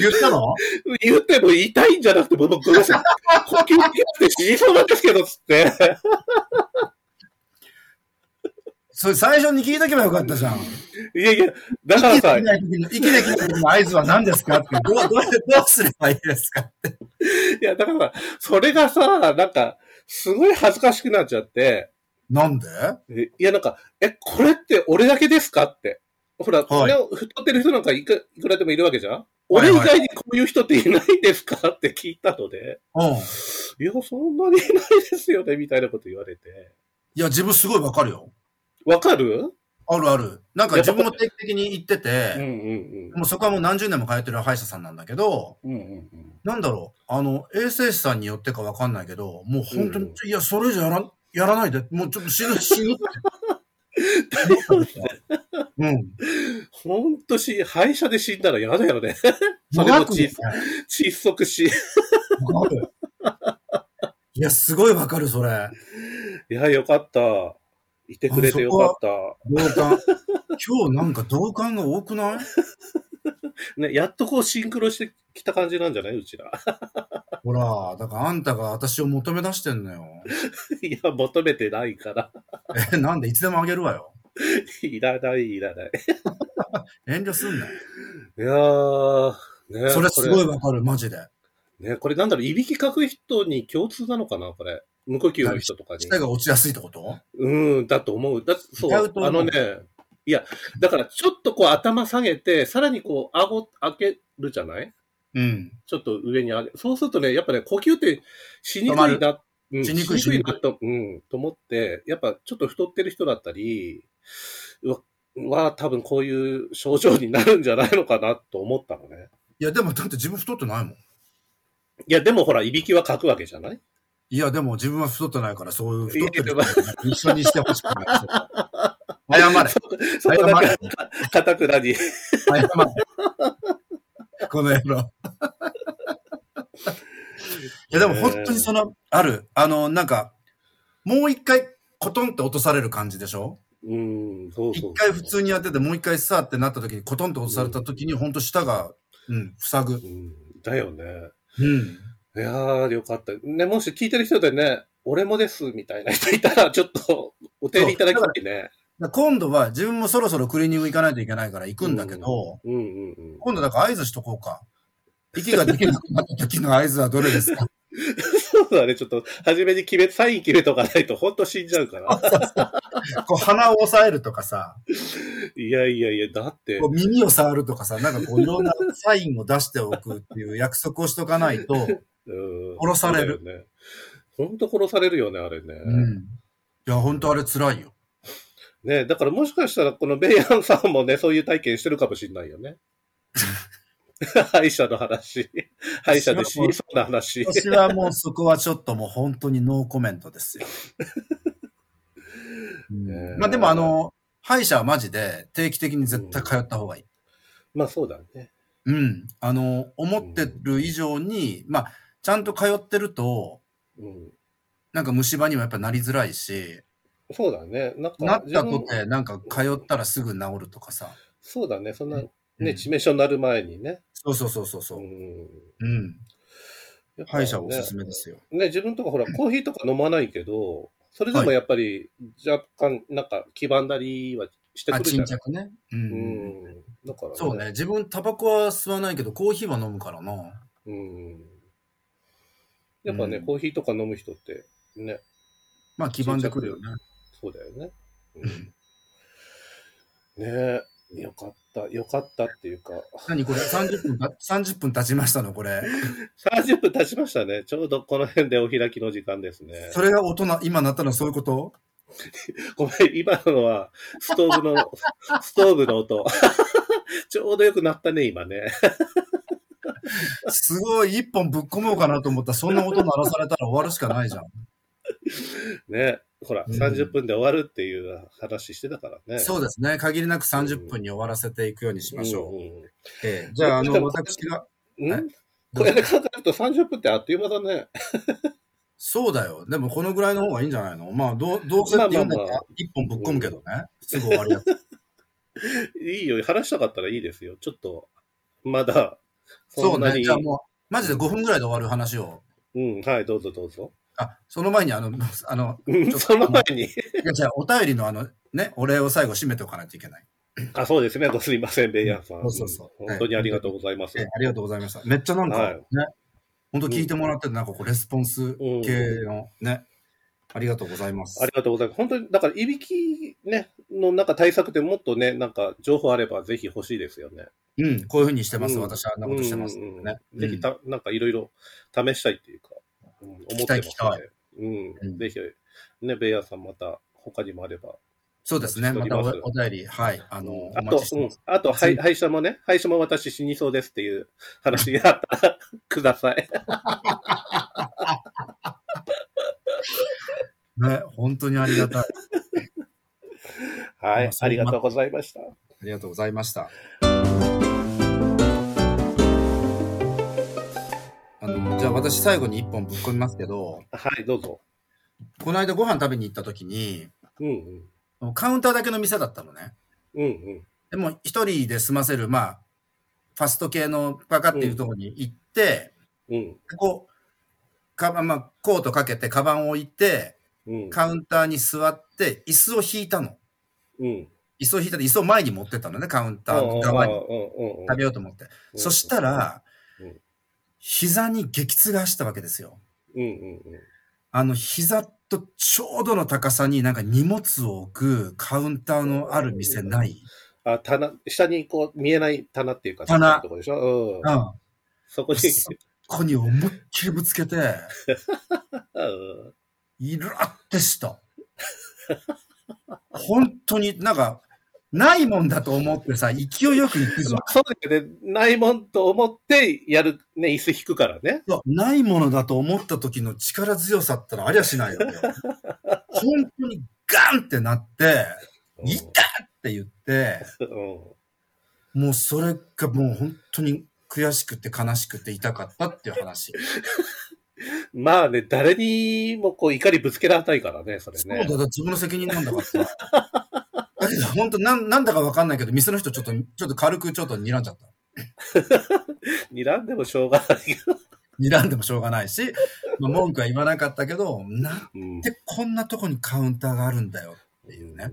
Speaker 3: 言ったの
Speaker 2: 言っても痛いんじゃなくて、もうごめんなさい、呼吸できなくて死にそうなんですけど、つって。
Speaker 3: それ最初に聞いとけばよかったじゃん。
Speaker 2: いやいや、だからさ
Speaker 3: 息でき、ない時の、息できない時の合図は何ですかって、どう、どう、どうすればいいですか
Speaker 2: いや、だから、それがさ、なんか、すごい恥ずかしくなっちゃって、
Speaker 3: なんで
Speaker 2: えいや、なんか、え、これって俺だけですかって。ほら、これを太ってる人なんかいくいくらでもいるわけじゃん、俺以外にこういう人っていないですかって聞いたので、
Speaker 3: うん。
Speaker 2: いや、そんなにいないですよね、みたいなこと言われて。
Speaker 3: いや、自分すごいわかるよ。
Speaker 2: わかる
Speaker 3: あるある。なんか自分も定期的に行って
Speaker 2: うんうん
Speaker 3: て、もうそこはもう何十年も通ってる歯医者さんなんだけど、
Speaker 2: うん。うんうんうん
Speaker 3: なんだろう、あの、衛生士さんによってかわかんないけど、もう本当に、いや、それ以上やら、やらないで、もうちょっと死ぬ、死ぬ って。うん。
Speaker 2: ほんとし、廃車で死んだら嫌だよね。それ
Speaker 3: 長
Speaker 2: も
Speaker 3: くね
Speaker 2: 小窒息し。
Speaker 3: わかるいや、すごいわかる、それ。
Speaker 2: いや、よかった。いてくれてよかった。
Speaker 3: 同感。今日なんか同感が多くない
Speaker 2: ね、やっとこうシンクロしてきた感じなんじゃないうちら。
Speaker 3: ほら、だからあんたが私を求め出してんのよ。
Speaker 2: いや、求めてないから。
Speaker 3: え、なんでいつでもあげるわよ。
Speaker 2: いらない、いらない。
Speaker 3: 遠慮すんなよ。
Speaker 2: いやー、ね、
Speaker 3: それすごい
Speaker 2: こ
Speaker 3: わかる、マジで。
Speaker 2: れね、これなんだろう、いびきかく人に共通なのかな、これ。無呼吸の人とかに。
Speaker 3: 舌が落ちやすいってこと
Speaker 2: うん、だと思う。だそう、
Speaker 3: 違うと思う
Speaker 2: あのね、いや、だからちょっとこう頭下げて、さらにこう、顎開けるじゃない
Speaker 3: うん。
Speaker 2: ちょっと上に上げ、そうするとね、やっぱね、呼吸ってしにくい
Speaker 3: 止ま
Speaker 2: な、うん
Speaker 3: しにくい
Speaker 2: しにくいなと、うん、と思って、やっぱちょっと太ってる人だったり、は、は多分こういう症状になるんじゃないのかなと思ったのね。
Speaker 3: いや、でもだって自分太ってないもん。
Speaker 2: いや、でもほら、いびきはかくわけじゃ ない
Speaker 3: いや、でも自分は太ってないから、そういう太ってる
Speaker 2: いや
Speaker 3: 人と一緒にしてほしくない。 謝れ。
Speaker 2: そこ
Speaker 3: 謝
Speaker 2: だ
Speaker 3: れ
Speaker 2: け、。かたくなに。
Speaker 3: 謝れ。この野郎。いや、でも本当にその、ある。あの、なんか、もう一回、コトンって落とされる感じでしょ
Speaker 2: うん、そうそうそう
Speaker 3: 一回普。通にやってて、もう一回さーってなった時に、コトンと落とされた時に、本当舌が、うん、塞ぐ
Speaker 2: う。ん、だよね。
Speaker 3: うん。
Speaker 2: いやー、よかった。ね、もし聞いてる人でね、俺もです、みたいな人いたら、ちょっと、お手入れいただきたいね。
Speaker 3: だから今度は自分もそろそろクリーニング行かないといけないから行くんだけど、
Speaker 2: うんうんうん。
Speaker 3: 今度だから合図しとこうか。息ができなくなった時の合図はどれですか
Speaker 2: そうだね、ちょっと、初めに決め、サイン決めとかないと、ほんと死んじゃう から。
Speaker 3: こう鼻を押さえるとかさ、
Speaker 2: いやいやいや、だって
Speaker 3: こ、う耳を触るとかさ、なんかこういろんなサインを出しておくっていう約束をしとかないと、
Speaker 2: うん
Speaker 3: 殺される。
Speaker 2: そうだよねほんと殺されるよね、あれね。
Speaker 3: うん。いや、本当あれ辛いよ。
Speaker 2: ねだからもしかしたら、このベイアンさんもね、そういう体験してるかもしれないよ ね。歯医者の話。歯医者で死にそうな話。
Speaker 3: 私はもうそこはちょっともう本当にノーコメントですよ。うんまあでもあの、歯医者はマジで定期的に絶対通った方がいい。
Speaker 2: まあそうだね。
Speaker 3: うん。あの、思ってる以上に、まあ、ちゃんと通ってると、
Speaker 2: うん。
Speaker 3: なんか虫歯にもやっぱなりづらいし、
Speaker 2: そうだね。なんか、
Speaker 3: なった
Speaker 2: 自
Speaker 3: と
Speaker 2: 分
Speaker 3: て、なんか通ったらすぐ治るとかさ。
Speaker 2: そうだね。そんな、ね、
Speaker 3: うん
Speaker 2: 致命傷になる前にね。
Speaker 3: そうそうそうそうそうう。
Speaker 2: ん。
Speaker 3: うん。
Speaker 2: やっぱ
Speaker 3: 歯医者はおすす
Speaker 2: ね
Speaker 3: めですよ。
Speaker 2: ね、自分とかほら、コーヒーとか飲まないけど、それでもやっぱり若干、なんか、黄ばんだりはしてく
Speaker 3: あ、
Speaker 2: るじ
Speaker 3: 沈
Speaker 2: ゃん。
Speaker 3: 着ね。う。
Speaker 2: うんん。だから、
Speaker 3: そうね。。自分タバコは吸わないけど、コーヒーは飲むからな。
Speaker 2: うん。やっぱね、
Speaker 3: うん
Speaker 2: コーヒーとか飲む人って、ね、
Speaker 3: まあ、基盤でくるよね。
Speaker 2: そうだよね。
Speaker 3: うん
Speaker 2: ねえ、よかった、よかったっていうか、
Speaker 3: 何これ ?30 分た、30分経ちましたのこれ。
Speaker 2: 30分経ちましたね。ちょうどこの辺でお開きの時間ですね。
Speaker 3: それが大人、今なったのはそういうこと
Speaker 2: ごめん、今のは、ストーブの、ストーブの音。 ちょうどよくなったね、今ね。
Speaker 3: すごい、一本ぶっ込もうかなと思ったら、そんな音鳴らされたら終わるしかないじゃん。
Speaker 2: ね、ほら、
Speaker 3: うん
Speaker 2: 30分で終わるっていう話してたからね。
Speaker 3: そうですね。限りなく30分に終わらせていくようにしましょう。
Speaker 2: んん
Speaker 3: ええじゃあ、あ
Speaker 2: で
Speaker 3: の、
Speaker 2: も
Speaker 3: 私が、
Speaker 2: うん
Speaker 3: はい
Speaker 2: これで考えると30分ってあっという間だね。
Speaker 3: そうだよ。でも、このぐらいの方がいいんじゃないのまあ、どう、どうせって言うんだっ
Speaker 2: ま
Speaker 3: た
Speaker 2: あまあ
Speaker 3: ら、一本ぶっ込むけどね。すぐ終わりやつ。
Speaker 2: いいよ、話したかったらいいですよ。ちょっと、まだ、
Speaker 3: そ
Speaker 2: そん
Speaker 3: う
Speaker 2: な
Speaker 3: ね。
Speaker 2: に。
Speaker 3: じゃあもう、マジで5分ぐらいで終わる話を。
Speaker 2: うん、はい、どうぞどうぞ。
Speaker 3: あ、その前に、あの、 あの、
Speaker 2: うんその前に、
Speaker 3: いやじゃあ、お便りのあの、ね、お礼を最後締めておかないといけない。
Speaker 2: あ、そうですね、ごすみません、ベイヤンさん。
Speaker 3: そうそうそう
Speaker 2: 本当にありがとうございます。
Speaker 3: えありがとうございました。めっちゃなんか、
Speaker 2: はい
Speaker 3: ね、本当聞いてもらってる、なんかこう、レスポンス系のね、ありがとうございます。
Speaker 2: ありがとうございます。本当に、だから、いびき、ね、のなんか対策でもっとね、なんか情報あればぜひ欲しいですよね。
Speaker 3: うん、こういうふうにしてます。
Speaker 2: うん
Speaker 3: 私はあんなことしてます。
Speaker 2: うんうんうん
Speaker 3: ね
Speaker 2: ぜひた、なんかいろいろ試したいっていうか、うん、思ってます、ね。
Speaker 3: きたい聞きたい
Speaker 2: うん、
Speaker 3: うん
Speaker 2: ぜひ、ね、ベイヤンさんまた他にもあれば。
Speaker 3: そうですね。
Speaker 2: お待
Speaker 3: ま
Speaker 2: ちして
Speaker 3: た
Speaker 2: おり
Speaker 3: お
Speaker 2: ます
Speaker 3: お便り、はい、あの、お
Speaker 2: あ
Speaker 3: 待
Speaker 2: と
Speaker 3: ちし、て
Speaker 2: うん
Speaker 3: ます。、
Speaker 2: あと、はい歯医者もね、歯医者も私死にそうですっていう話があった ら、ください。
Speaker 3: ね、本当にありがたい。
Speaker 2: はい
Speaker 3: あ、そう
Speaker 2: ありがとうございました。
Speaker 3: ありがとうございました。あの、じゃあ私最後に一本ぶっ込みますけど、
Speaker 2: はい、どうぞ。
Speaker 3: この間ご飯食べに行った時に、
Speaker 2: うんうん。
Speaker 3: カウンターだけの店だったのね。
Speaker 2: うんうん。
Speaker 3: でも一人で済ませる、まあ、ファスト系のパカっていうところに行って、
Speaker 2: うん
Speaker 3: こう、かばんまあ、コートかけて、カバンを置いて、
Speaker 2: うん。
Speaker 3: カウンターに座って、椅子を引いたの。
Speaker 2: うん。
Speaker 3: 椅子を引いたで、椅子を前に持ってったのね、カウンターの側に食べようと思って。そしたら
Speaker 2: うん、
Speaker 3: 膝に激痛が走ったわけですよ。
Speaker 2: うんうん
Speaker 3: あの、膝とちょうどの高さになんか荷物を置くカウンターのある店ない。
Speaker 2: うん。あ、棚、下にこう見えない棚っていうか、そ
Speaker 3: 棚
Speaker 2: ういうとこでしょ
Speaker 3: う
Speaker 2: うん。
Speaker 3: ん。
Speaker 2: そこに、
Speaker 3: そここに思いっきりぶつけ て、
Speaker 2: うん
Speaker 3: イラってした。本当になんか、ないもんだと思ってさ、勢いよく行くじゃん。
Speaker 2: そうだよね。ないもんと思ってやる、ね、椅子引くからね。
Speaker 3: そうないものだと思った時の力強さったらありゃしないよね。 本当にガンってなって、
Speaker 2: うん
Speaker 3: 痛っって言って、
Speaker 2: う
Speaker 3: もうそれがもう本当に悔しくて悲しくて痛かったっていう話。
Speaker 2: んまあね、誰にもこう怒りぶつけられたいからね、それ
Speaker 3: そう
Speaker 2: ね
Speaker 3: だよ、。自分の責任なんだからさ。 だけど本当なん、なんだかわかんないけど、店の人ちょっと、ちょっと軽くちょっと睨んじゃった。
Speaker 2: 睨んでもしょうがないけど。
Speaker 3: 睨んでもしょうがないし、まあ、文句は言わなかったけど、なん
Speaker 2: うん
Speaker 3: でこんなとこにカウンターがあるんだよっていうね。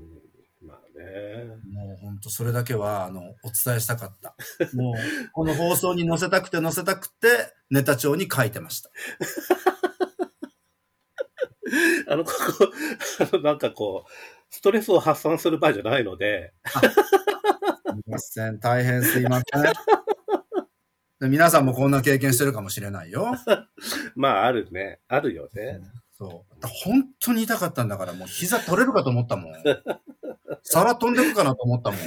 Speaker 2: うんまあね。
Speaker 3: もう本当それだけは、あの、お伝えしたかった。もう、この放送に載せたくて載せたくて、ネタ帳に書いてました。
Speaker 2: あの、ここ、あの、なんかこう、ストレスを発散する場合じゃないので、
Speaker 3: すいません、大変すいません。で皆さんもこんな経験してるかもしれないよ。
Speaker 2: まああるね。あるよね。
Speaker 3: そう。本当に痛かったんだから、もう膝取れるかと思ったもん。皿飛んでくかなと思ったもん。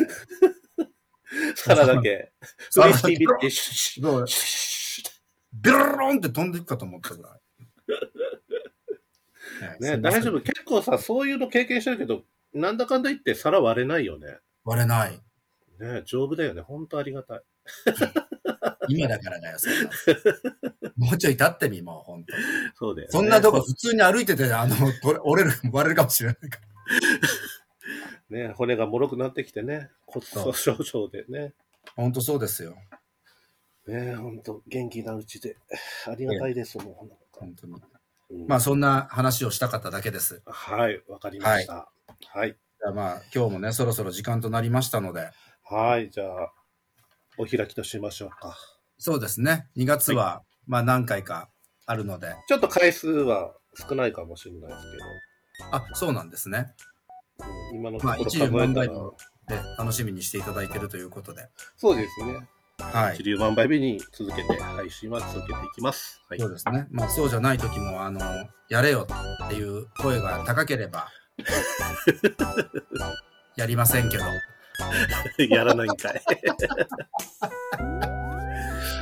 Speaker 2: 皿だけ、
Speaker 3: 皿
Speaker 2: 上
Speaker 3: だ
Speaker 2: し
Speaker 3: け
Speaker 2: びって、シュッシュ
Speaker 3: そう
Speaker 2: ッシュッ
Speaker 3: ビロロンって飛んでいくかと思ったぐらい。
Speaker 2: ね、大丈
Speaker 3: 夫。
Speaker 2: 夫。結構さ、そういうの経験してるけど、なんだかんだ言って皿割れないよね。
Speaker 3: 割れない。
Speaker 2: ね、丈夫だよね。本当ありがたい。
Speaker 3: 今だからだよ、そんな。もうちょい経ってみ、もう、本当に。
Speaker 2: そうだよ、ね。
Speaker 3: そんなとこ普通に歩いてて、あの、取れ折れる、割れるかもしれないから。
Speaker 2: ね、骨が脆くなってきてね、骨粗鬆症でね。
Speaker 3: 本当そうですよ。
Speaker 2: ね、本当元気なうちで、ありがたいです、もうほんと。
Speaker 3: 本当に。
Speaker 2: うん
Speaker 3: まあ、そんな話をしたかっただけです。
Speaker 2: はい、わかりました。はい。
Speaker 3: じゃあまあ、今日もね、そろそろ時間となりましたので、
Speaker 2: はい、じゃあ、お開きとしましょうか。
Speaker 3: そうですね、2月は、まあ何回かあるので、
Speaker 2: ちょっと回数は少ないかもしれないです
Speaker 3: あ、そうなんですね。
Speaker 2: けど、うん今のと
Speaker 3: まあ、
Speaker 2: ころ
Speaker 3: 一
Speaker 2: 数
Speaker 3: 流
Speaker 2: え
Speaker 3: 万
Speaker 2: た
Speaker 3: 倍
Speaker 2: ら
Speaker 3: 日、で楽しみにしていただいてるということで、
Speaker 2: そうですね。
Speaker 3: は
Speaker 2: 一
Speaker 3: い。
Speaker 2: 流万倍日に続けて、配信は続けていきます。はい
Speaker 3: そ。うですね。まあ、そうじゃない時も、あの、やれよっていう声が高ければ、やりませんけど、
Speaker 2: やらないん かい。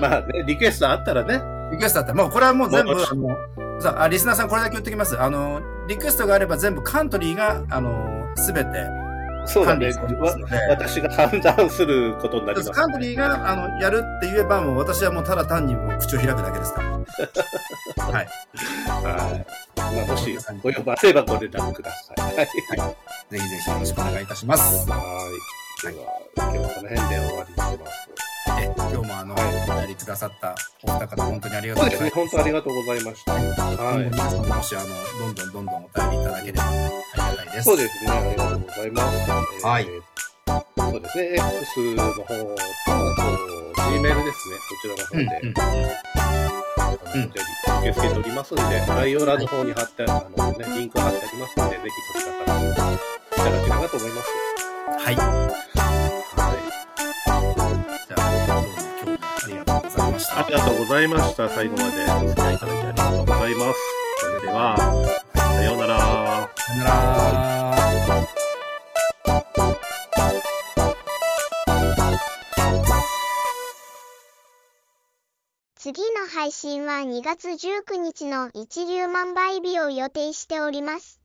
Speaker 2: まあね、リクエストあったらね、
Speaker 3: リクエストだったら、もうこれはもう全部、
Speaker 2: もう
Speaker 3: あの、さあ、リスナーさんこれだけ言ってきます。あの、リクエストがあれば全部カントリーが、あの、すべて
Speaker 2: そうだ
Speaker 3: 管
Speaker 2: ね
Speaker 3: 理しておりますので、
Speaker 2: 私が判断することになります、ね。
Speaker 3: カントリーが、あの、やるって言えば、もう私はもうただ単にもう口を開くだけですから。はい。
Speaker 2: はい。まあ、もしご呼ばれればご連絡ください。はい。
Speaker 3: ぜひぜひよろしくお願いいたします。
Speaker 2: はい。では、今日はこの辺で終わりにします。
Speaker 3: え今日もあの、お便りくださったお二方、本当にありがと
Speaker 2: そうう
Speaker 3: ご
Speaker 2: です
Speaker 3: ざ
Speaker 2: ね。本当あ
Speaker 3: います。
Speaker 2: りがとうございました。
Speaker 3: 今後
Speaker 2: は
Speaker 3: ももし、あの、どんどんどんどんお便りいただければありがたいで
Speaker 2: い。
Speaker 3: す。
Speaker 2: そうですね。ありがとうございます。
Speaker 3: はい
Speaker 2: えー。そうですね。X の方と、あと、Gmail ですね。こちらの方
Speaker 3: うん。う
Speaker 2: で、
Speaker 3: んうん。
Speaker 2: あのお便り受け付けておりますので、概要欄の方に貼ってある、あのね、リンク貼ってありますので、ぜひそちらからいただければと思います。
Speaker 3: はい。じゃ
Speaker 2: はい。
Speaker 3: あ、どうも今日もありがとうございました。
Speaker 2: ありがとうございました。最後までお付き合いいただきありがとうございます。それでは、さようなら。
Speaker 3: さよなら。
Speaker 4: 次の配信は2月19日の一粒万倍日を予定しております。